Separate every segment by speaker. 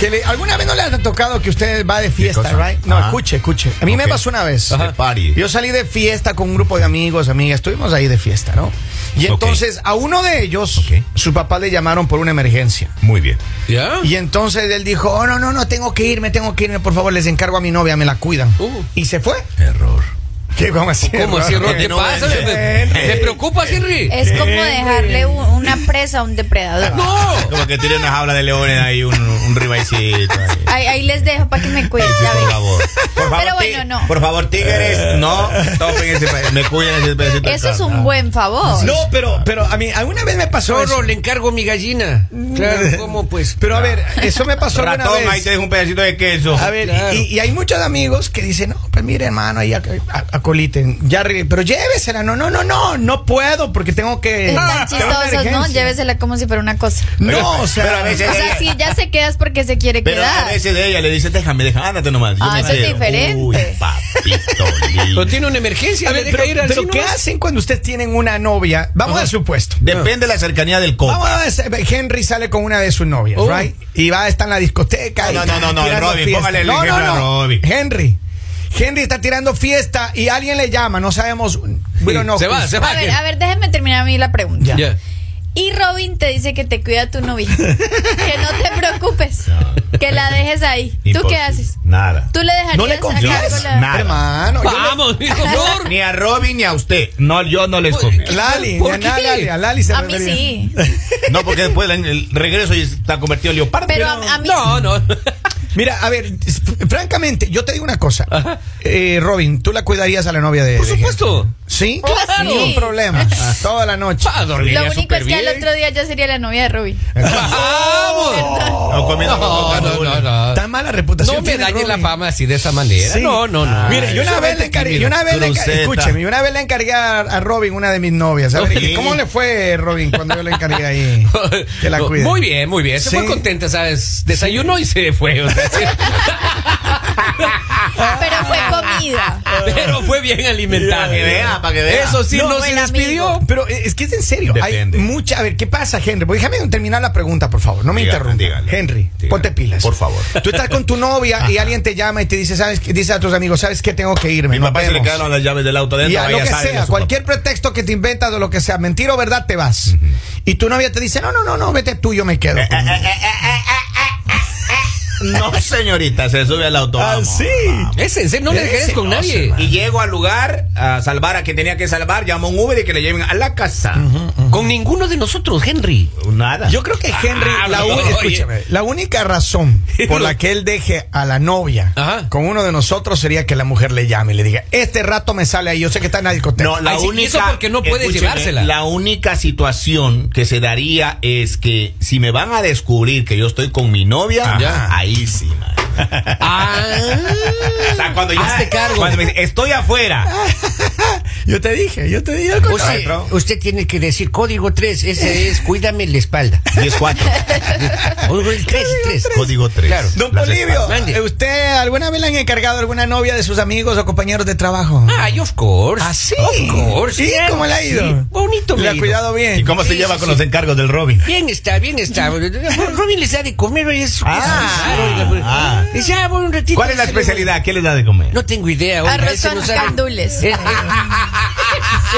Speaker 1: Que le- ¿Alguna vez no le ha tocado que usted va de fiesta,
Speaker 2: cosa?
Speaker 1: right? No,
Speaker 2: Ajá.
Speaker 1: escuche, escuche. A mí me
Speaker 2: Ok.
Speaker 1: pasó una vez.
Speaker 2: Ajá. De party.
Speaker 1: Yo salí de fiesta con un grupo de amigos, amigas. Estuvimos ahí de fiesta, ¿no? Y
Speaker 2: Ok.
Speaker 1: entonces a uno de ellos,
Speaker 2: Ok.
Speaker 1: su papá le llamaron por una emergencia.
Speaker 2: Muy bien.
Speaker 3: ¿Ya?
Speaker 1: Y entonces él dijo, oh, no, no, no, tengo que irme, tengo que irme, por favor, les encargo a mi novia, me la cuidan.
Speaker 3: Uh.
Speaker 1: Y se fue.
Speaker 2: Error.
Speaker 1: ¿Qué, ¿Cómo así?
Speaker 3: ¿Cómo, Sierra?
Speaker 2: Que
Speaker 3: ¿Te
Speaker 2: no
Speaker 3: pasa?
Speaker 2: es-
Speaker 3: ¿Te, te preocupas, Henry?
Speaker 4: Es como dejarle un- una presa a un depredador.
Speaker 3: ¡No!
Speaker 4: Oh.
Speaker 2: Como que tiene una jaula de leones ahí, un, un ribaicito. ahí.
Speaker 4: Ahí, ahí les dejo para que me cuiden.
Speaker 2: Sí,
Speaker 4: ya
Speaker 2: por
Speaker 4: ven.
Speaker 2: favor. Por favor,
Speaker 4: Pero
Speaker 2: ti-
Speaker 4: bueno, no.
Speaker 2: Por favor, tigres, no topen ese país. Me cuidan ese pedacito de
Speaker 4: Eso es
Speaker 2: carne.
Speaker 4: un buen favor.
Speaker 1: No, pero, pero a mí alguna vez me pasó
Speaker 3: Zorro,
Speaker 1: eso.
Speaker 3: le encargo mi gallina.
Speaker 4: Mm.
Speaker 3: Claro, ¿cómo pues?
Speaker 1: Pero a ver, eso me pasó alguna
Speaker 2: Ratón, ahí
Speaker 1: vez.
Speaker 2: te dejo un pedacito de queso.
Speaker 1: A ver,
Speaker 3: Claro.
Speaker 1: y, y hay muchos amigos que dicen, no, pues mire, hermano, ahí ac- a- acoliten, ya arregle- pero llévesela, no, no, no, no, no puedo porque tengo que...
Speaker 4: Es
Speaker 1: Ah,
Speaker 4: tan
Speaker 1: tengo una
Speaker 4: chistoso, ¿no?
Speaker 1: emergencia.
Speaker 4: Llévesela como si fuera una cosa.
Speaker 1: No, o sea,
Speaker 2: Pero a veces-
Speaker 4: O sea, si ya se quedas porque se quiere
Speaker 2: Pero a
Speaker 4: quedar.
Speaker 2: veces ella le dice, déjame, déjame, ándate nomás. yo
Speaker 4: Ah,
Speaker 2: me
Speaker 4: eso es
Speaker 2: quedo".
Speaker 4: diferente.
Speaker 2: Uy, papito lindo.
Speaker 3: Pero tiene una emergencia,
Speaker 1: A
Speaker 3: le
Speaker 1: ver,
Speaker 3: deja
Speaker 1: pero,
Speaker 3: ir al
Speaker 1: pero
Speaker 3: cine
Speaker 1: ¿qué
Speaker 3: nomás.
Speaker 1: hacen cuando ustedes tienen una novia? Vamos
Speaker 3: Ajá.
Speaker 1: al supuesto.
Speaker 2: Depende de la cercanía del compa.
Speaker 1: Vamos a ver, Henry sale con una de sus novias,
Speaker 3: Oh.
Speaker 1: right? Y va, está en la discoteca.
Speaker 2: No,
Speaker 1: y
Speaker 2: no, no, no, no,
Speaker 1: tirando
Speaker 2: Robin,
Speaker 1: fiesta.
Speaker 2: póngale el
Speaker 1: no, no,
Speaker 2: ejemplo a
Speaker 1: no.
Speaker 2: Robin.
Speaker 1: Henry. Henry está tirando fiesta y alguien le llama, no sabemos. Bueno, no. pues,
Speaker 3: se va, se va.
Speaker 4: A ver, a ver, déjeme terminar a mí la pregunta.
Speaker 1: Ya.
Speaker 3: Ya.
Speaker 4: Y Robin te dice que te cuida tu novia. que no te preocupes. Que la dejes ahí. ¿Tú qué
Speaker 2: Imposible.
Speaker 4: haces?
Speaker 2: Nada.
Speaker 4: ¿Tú le dejarías
Speaker 1: No le
Speaker 4: a
Speaker 1: confías
Speaker 4: cargo la-
Speaker 2: Nada.
Speaker 1: Hermano, yo le-
Speaker 3: Vamos, dijo Zorro.
Speaker 2: Ni a Robin ni a usted. No, yo no les
Speaker 3: Uy.
Speaker 2: confío.
Speaker 1: Lali,
Speaker 3: ¿Por
Speaker 1: ni a nada,
Speaker 3: qué?
Speaker 1: Lali, a Lali se
Speaker 4: A
Speaker 1: me
Speaker 4: mí
Speaker 1: olvida.
Speaker 4: sí.
Speaker 2: No, porque después el, el regreso y está convertido en leopardo.
Speaker 4: Pero a, a mí
Speaker 3: No, no.
Speaker 1: Mira, a ver, s- francamente, yo te digo una cosa. Eh, Robin, ¿tú la cuidarías a la novia de
Speaker 3: Por
Speaker 1: de
Speaker 3: supuesto.
Speaker 1: Henry? ¿Sí?
Speaker 4: Claro.
Speaker 1: Sin problema. Toda la noche.
Speaker 3: Pa,
Speaker 4: Lo
Speaker 3: dormiría
Speaker 4: único es que
Speaker 3: superbién. Ah,
Speaker 4: al otro día yo sería la novia de Robin.
Speaker 3: ¡Vamos!
Speaker 2: No, comiendo
Speaker 3: No, no, no, no.
Speaker 1: Tan mala reputación
Speaker 3: Ah. No me
Speaker 1: tiene
Speaker 3: dañen la
Speaker 1: Robin.
Speaker 3: fama así de esa manera.
Speaker 1: Sí.
Speaker 3: No, no, no.
Speaker 1: Mire, yo una
Speaker 3: Eso
Speaker 1: vez
Speaker 3: te
Speaker 1: le encargué,
Speaker 3: crimen.
Speaker 1: yo una vez le encargué,
Speaker 2: Cruceta.
Speaker 1: escúcheme, yo una vez le encargué a, a Robin, una de mis novias. A ver,
Speaker 2: Ok.
Speaker 1: ¿Cómo le fue Robin cuando yo le encargué ahí? Que la cuide.
Speaker 3: Muy bien, muy bien. Se
Speaker 1: Sí.
Speaker 3: fue contenta, ¿sabes? Desayunó y se fue. o sea, sí.
Speaker 4: Pero fue comida.
Speaker 1: Ah.
Speaker 3: Pero fue bien alimentada.
Speaker 2: Para que vea, para que vea.
Speaker 3: Eso sí,
Speaker 1: No,
Speaker 3: no, se
Speaker 4: buen
Speaker 3: despidió.
Speaker 1: Pero eh, es que es en serio.
Speaker 2: Depende.
Speaker 1: Hay mucha. A ver, ¿qué pasa, Henry? Pues déjame terminar la pregunta, por favor. No me
Speaker 2: Dígale,
Speaker 1: interrumpa.
Speaker 2: dígale.
Speaker 1: Henry,
Speaker 2: Dígale.
Speaker 1: ponte pilas.
Speaker 2: Por favor.
Speaker 1: Tú estás con tu novia y alguien te llama y te dice, ¿sabes qué? Dice a tus amigos, ¿sabes qué? Tengo que irme.
Speaker 2: Mi
Speaker 1: nos
Speaker 2: papá se le
Speaker 1: vemos".
Speaker 2: quedaron las llaves del auto
Speaker 1: Y
Speaker 2: adentro.
Speaker 1: a lo
Speaker 2: vaya,
Speaker 1: que
Speaker 2: sáquenle a
Speaker 1: sea,
Speaker 2: su
Speaker 1: cualquier pretexto que te inventas de lo que sea, mentira o verdad, te vas. Y tu novia te dice, no, no, no, no, vete tú, yo me quedo.
Speaker 2: papá. No, señorita, se sube al
Speaker 1: Ah,
Speaker 2: auto. vamos, vamos.
Speaker 3: Es en serio, no le
Speaker 1: Ese
Speaker 3: dejes con
Speaker 1: no se
Speaker 3: nadie.
Speaker 2: Y llego al lugar a salvar a quien tenía que salvar, llamo a un Uber y que le lleven a la casa.
Speaker 3: Con ninguno de nosotros, Henry.
Speaker 2: Nada.
Speaker 1: Yo creo que Henry,
Speaker 3: Ah,
Speaker 1: la,
Speaker 3: no,
Speaker 1: u-
Speaker 3: oye.
Speaker 1: escúchame, la única razón por la que él deje a la novia
Speaker 3: Ajá.
Speaker 1: con uno de nosotros sería que la mujer le llame y le diga, este rato me sale ahí, yo sé que está en la discoteca.
Speaker 2: No, la
Speaker 3: Ay, sí,
Speaker 2: única.
Speaker 3: y eso porque no puedes
Speaker 2: escúcheme,
Speaker 3: llevársela.
Speaker 2: La única situación que se daría es que si me van a descubrir que yo estoy con mi novia,
Speaker 3: Ya.
Speaker 2: ahí sí, man.
Speaker 3: Ah.
Speaker 2: O sea, cuando yo
Speaker 3: Hazte cargo.
Speaker 2: cuando me dicen, estoy afuera.
Speaker 1: Ah. Yo te dije, yo te dije.
Speaker 2: O sea, Adentro.
Speaker 3: usted tiene que decir código 3, ese es cuídame la espalda.
Speaker 2: 10-4.
Speaker 3: El 3, 3.
Speaker 2: Código 3.
Speaker 3: Claro.
Speaker 1: Don
Speaker 2: Las
Speaker 1: Polivio,
Speaker 2: espadas.
Speaker 3: Mande.
Speaker 1: ¿eh, ¿usted alguna vez le han encargado a alguna novia de sus amigos o compañeros de trabajo?
Speaker 3: Ay, of course.
Speaker 1: ¿Ah, sí?
Speaker 3: Of course.
Speaker 1: ¿Y
Speaker 3: Claro,
Speaker 1: cómo le ha ido?
Speaker 3: sí. Bonito, me
Speaker 1: Le
Speaker 3: ha
Speaker 1: ha
Speaker 3: ido.
Speaker 1: cuidado bien.
Speaker 2: ¿Y cómo se
Speaker 3: Sí,
Speaker 2: lleva
Speaker 3: sí,
Speaker 2: con
Speaker 3: sí.
Speaker 2: los encargos del Robin?
Speaker 3: Bien está, bien está. Robin les da de comer hoy es.
Speaker 2: Ah,
Speaker 3: es-
Speaker 2: ah.
Speaker 3: Dice, ah, voy un ratito.
Speaker 2: ¿Cuál es la
Speaker 3: Dice,
Speaker 2: especialidad? ¿Qué les da de comer?
Speaker 3: No tengo idea. oiga,
Speaker 4: Arroz
Speaker 3: ese
Speaker 4: con
Speaker 3: no sabe.
Speaker 4: gandules.
Speaker 3: Él,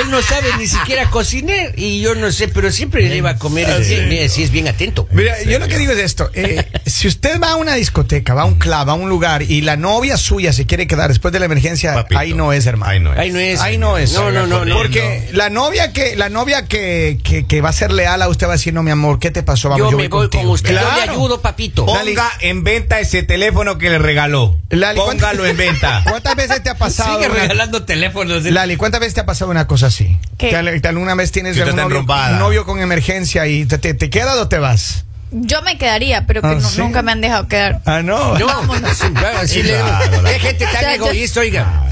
Speaker 3: él no sabe ni siquiera cocinar y yo no sé, pero siempre le va a comer. Es bien- mira, sí es bien atento.
Speaker 1: Mira, yo lo que digo es esto. eh, si usted va a una discoteca, va a un club, a un lugar y la novia suya se quiere quedar después de la emergencia,
Speaker 2: Papito.
Speaker 1: ahí no es, hermano.
Speaker 2: Ahí no es.
Speaker 3: Ahí no es.
Speaker 1: Ahí no es.
Speaker 3: No, no, no. no.
Speaker 1: Porque la novia que la novia que, que, que va a ser leal a usted va a decir, no, mi amor, ¿qué te pasó? Vamos,
Speaker 3: yo,
Speaker 1: yo,
Speaker 3: me voy
Speaker 1: contigo".
Speaker 3: con usted. Yo le
Speaker 1: Claro.
Speaker 3: ayudo, papito.
Speaker 1: Dale.
Speaker 2: Ponga en venta ese teléfono que le regaló.
Speaker 1: Lali, ¿cuántas-
Speaker 2: Póngalo en venta.
Speaker 1: ¿Cuántas veces te ha pasado?
Speaker 3: Sigue
Speaker 1: una-
Speaker 3: regalando teléfonos.
Speaker 1: Lali, ¿cuántas veces te ha pasado una cosa así?
Speaker 4: ¿Qué?
Speaker 1: Que al- que alguna vez tienes
Speaker 2: Que usted
Speaker 1: algún
Speaker 2: está
Speaker 1: novio,
Speaker 2: enrumbada.
Speaker 1: novio con emergencia y te, te, te quedas o te vas?
Speaker 4: Yo me quedaría, pero que
Speaker 1: Ah,
Speaker 4: no-
Speaker 1: ¿sí?
Speaker 4: nunca me han dejado quedar.
Speaker 1: Ah, no.
Speaker 3: No, sí, claro, sí le-
Speaker 2: Claro, la-
Speaker 3: qué gente tan
Speaker 4: Ya, ya.
Speaker 3: egoísta, oiga.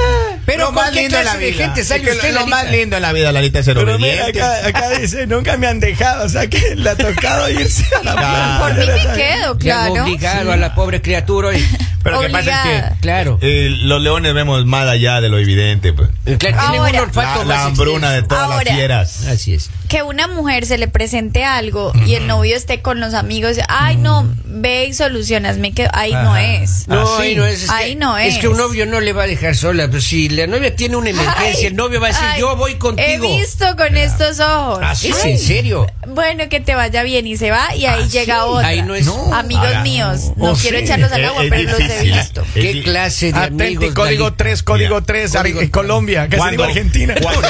Speaker 3: Pero
Speaker 2: Lo
Speaker 3: con
Speaker 2: más
Speaker 3: qué
Speaker 2: lindo en la
Speaker 3: clase de
Speaker 2: vida.
Speaker 3: gente sale
Speaker 2: Es que
Speaker 3: usted,
Speaker 2: Lo
Speaker 3: Lalita?
Speaker 2: más lindo en la vida, Lalita, es ser
Speaker 1: Pero mira,
Speaker 2: obediente.
Speaker 1: acá, acá dice, nunca me han dejado, o sea que le ha tocado irse a la
Speaker 2: Ya.
Speaker 1: playa.
Speaker 4: Por mí me quedo,
Speaker 3: Ah, Ya
Speaker 4: claro.
Speaker 3: obligaron a la pobre criatura. oye.
Speaker 2: Pero lo que pasa es
Speaker 4: Obligada.
Speaker 2: que
Speaker 3: Claro.
Speaker 2: eh, los leones vemos más allá de lo evidente. Pues.
Speaker 3: Eh, claro, tienen
Speaker 4: Ahora.
Speaker 3: un
Speaker 2: La,
Speaker 3: olfato
Speaker 2: la
Speaker 3: más
Speaker 2: hambruna de todas
Speaker 4: Ahora.
Speaker 2: las fieras.
Speaker 3: extenso. Así es.
Speaker 4: que una mujer se le presente algo y el novio esté con los amigos, ay no, ve y solucionas, me quedo, ahí no es.
Speaker 3: Mm. No,
Speaker 1: Ah, sí.
Speaker 3: ahí no es. es
Speaker 4: Ahí
Speaker 3: que,
Speaker 4: no
Speaker 3: Es
Speaker 4: es.
Speaker 3: que un novio no le va a dejar sola. Pues si la novia tiene una emergencia, el novio va a decir,
Speaker 4: Ay,
Speaker 3: yo voy contigo.
Speaker 4: He visto con estos ojos.
Speaker 3: Ah, sí,
Speaker 4: Ay,
Speaker 3: en serio.
Speaker 4: Bueno, que te vaya bien y se va y ahí
Speaker 3: Ah,
Speaker 4: llega
Speaker 3: sí.
Speaker 4: otra.
Speaker 3: Ahí no es- No,
Speaker 4: Amigos
Speaker 2: ahora,
Speaker 4: míos,
Speaker 1: no.
Speaker 4: no
Speaker 1: Oh,
Speaker 4: quiero
Speaker 1: sí.
Speaker 4: echarlos al
Speaker 2: Es-
Speaker 4: agua,
Speaker 2: es
Speaker 4: pero los he
Speaker 2: difícil.
Speaker 4: visto.
Speaker 2: Es
Speaker 3: ¿Qué
Speaker 2: di-
Speaker 3: clase de
Speaker 1: Atenti,
Speaker 3: amigos?
Speaker 1: código
Speaker 3: Dalí?
Speaker 1: 3, código
Speaker 2: Mira.
Speaker 1: 3,
Speaker 3: Código tres.
Speaker 1: Colombia, casi digo Argentina.
Speaker 2: cuando-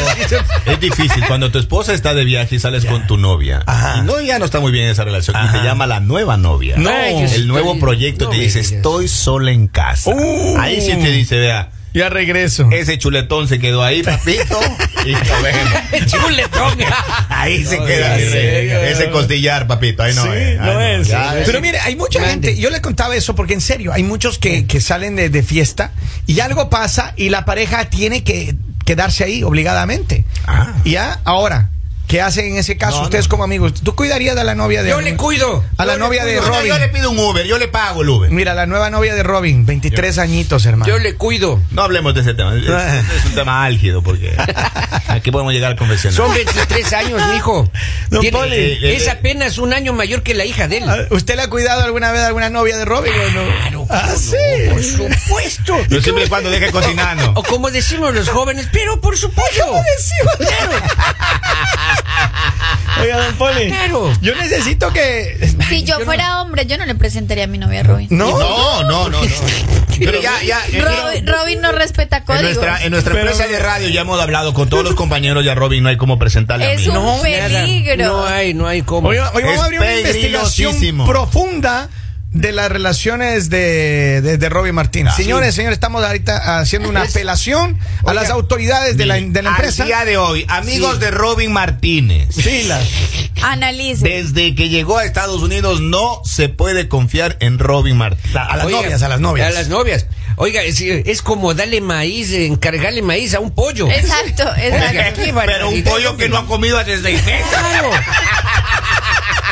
Speaker 2: es difícil. Cuando tu esposa está de viaje y sales con tu novia,
Speaker 1: Ajá.
Speaker 2: y no ya no está muy bien esa relación, y te llama la nueva novia.
Speaker 1: No.
Speaker 3: Ay, yo estoy-
Speaker 2: El nuevo proyecto
Speaker 3: no
Speaker 2: te
Speaker 3: me
Speaker 2: dice,
Speaker 3: digas.
Speaker 2: estoy sola en casa.
Speaker 1: Uh.
Speaker 2: Ahí sí te dice, vea,
Speaker 1: Ya regreso.
Speaker 2: ese chuletón se quedó ahí, papito, y nos vemos".
Speaker 3: Chuletón.
Speaker 2: Ahí se
Speaker 3: No,
Speaker 2: queda.
Speaker 1: sí,
Speaker 2: ese-
Speaker 1: sí.
Speaker 2: Ese costillar, papito. Ahí no
Speaker 1: Sí,
Speaker 2: es. ahí
Speaker 1: no es.
Speaker 2: ya es.
Speaker 1: Pero mire, hay mucha
Speaker 3: Mande.
Speaker 1: gente, yo le contaba eso porque en serio, hay muchos que, que salen de, de fiesta y algo pasa y la pareja tiene que quedarse ahí obligadamente.
Speaker 2: Ah.
Speaker 1: Y ya, ahora, ¿qué hacen en ese caso
Speaker 2: No,
Speaker 1: ustedes
Speaker 2: no.
Speaker 1: como amigos? ¿Tú cuidarías de la novia de
Speaker 3: Yo le cuido.
Speaker 2: Ah,
Speaker 1: A la
Speaker 3: Yo le
Speaker 1: novia de
Speaker 3: cuido.
Speaker 2: No,
Speaker 1: Robin.
Speaker 2: Yo le pido un Uber, yo le pago el Uber.
Speaker 1: Mira, la nueva novia de Robin, 23 añitos, hermano.
Speaker 3: Yo le cuido.
Speaker 2: No hablemos de ese tema. Es, es un tema álgido porque aquí podemos llegar al confesionario.
Speaker 3: Son 23 años, mijo.
Speaker 1: Don
Speaker 3: Tiene-
Speaker 1: Poli.
Speaker 2: Eh, eh,
Speaker 3: es
Speaker 2: eh.
Speaker 3: apenas un año mayor que la hija de él.
Speaker 1: Ah, ¿Usted le ha cuidado alguna vez a alguna novia de Robin o no?
Speaker 3: Claro,
Speaker 1: Ah,
Speaker 3: cómo
Speaker 1: sí.
Speaker 3: no, por supuesto.
Speaker 2: Yo siempre y cuando deje cocinando.
Speaker 3: O como decimos los jóvenes, pero por supuesto.
Speaker 1: Oiga, don Poli.
Speaker 3: Claro.
Speaker 1: Yo necesito que.
Speaker 4: Si yo,
Speaker 3: Yo no-
Speaker 4: fuera hombre, yo no le presentaría a mi novia a Robin.
Speaker 1: No,
Speaker 2: No, no, no. no. Pero ya, ya. eh,
Speaker 4: Robin, Robin no respeta
Speaker 2: En
Speaker 4: códigos.
Speaker 2: nuestra, en nuestra
Speaker 1: Pero-
Speaker 2: empresa de radio ya hemos hablado con todos los compañeros ya Robin no hay cómo presentarle a
Speaker 4: Es
Speaker 2: mí.
Speaker 4: un
Speaker 3: No, nada.
Speaker 4: peligro.
Speaker 3: No hay, no hay cómo.
Speaker 1: Hoy, hoy vamos
Speaker 2: Es
Speaker 1: a abrir una investigación
Speaker 2: peligrosísimo.
Speaker 1: profunda de las relaciones de, de, de Robbie Martínez.
Speaker 2: Ah,
Speaker 1: señores, señores, estamos ahorita haciendo una apelación a las autoridades de la, de la empresa.
Speaker 2: Al día de hoy, amigos de Robin Martínez.
Speaker 1: Pilas.
Speaker 4: Analice.
Speaker 2: Desde que llegó a Estados Unidos no se puede confiar en Robin Martínez.
Speaker 1: A las
Speaker 3: Oiga,
Speaker 1: novias, a las novias.
Speaker 3: A las novias. Oiga, es, es como darle maíz, eh, encargarle maíz a un pollo.
Speaker 4: Exacto,
Speaker 3: Oiga,
Speaker 4: exacto.
Speaker 3: qué
Speaker 2: Pero un
Speaker 3: barbaridad.
Speaker 2: pollo que no ha comido hace seis meses.
Speaker 3: Claro.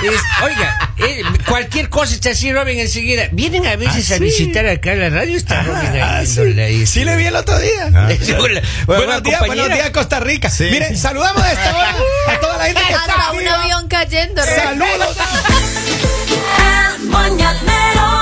Speaker 3: Es- oiga, eh, cualquier cosa está así, Robin, enseguida. Vienen a veces a visitar acá a la radio, está Robin ahí.
Speaker 1: Ah,
Speaker 3: viéndola ahí.
Speaker 1: sí. Sí le vi el otro día.
Speaker 2: Ah.
Speaker 3: Sí, hola. Bueno,
Speaker 1: buenos días,
Speaker 3: compañera.
Speaker 1: buenos días, Costa Rica.
Speaker 2: Sí.
Speaker 1: Miren, saludamos a esta hora a toda la gente que está
Speaker 4: Hasta un
Speaker 1: activa.
Speaker 4: avión cayendo. Robin.
Speaker 1: Saludos.
Speaker 5: El mañanero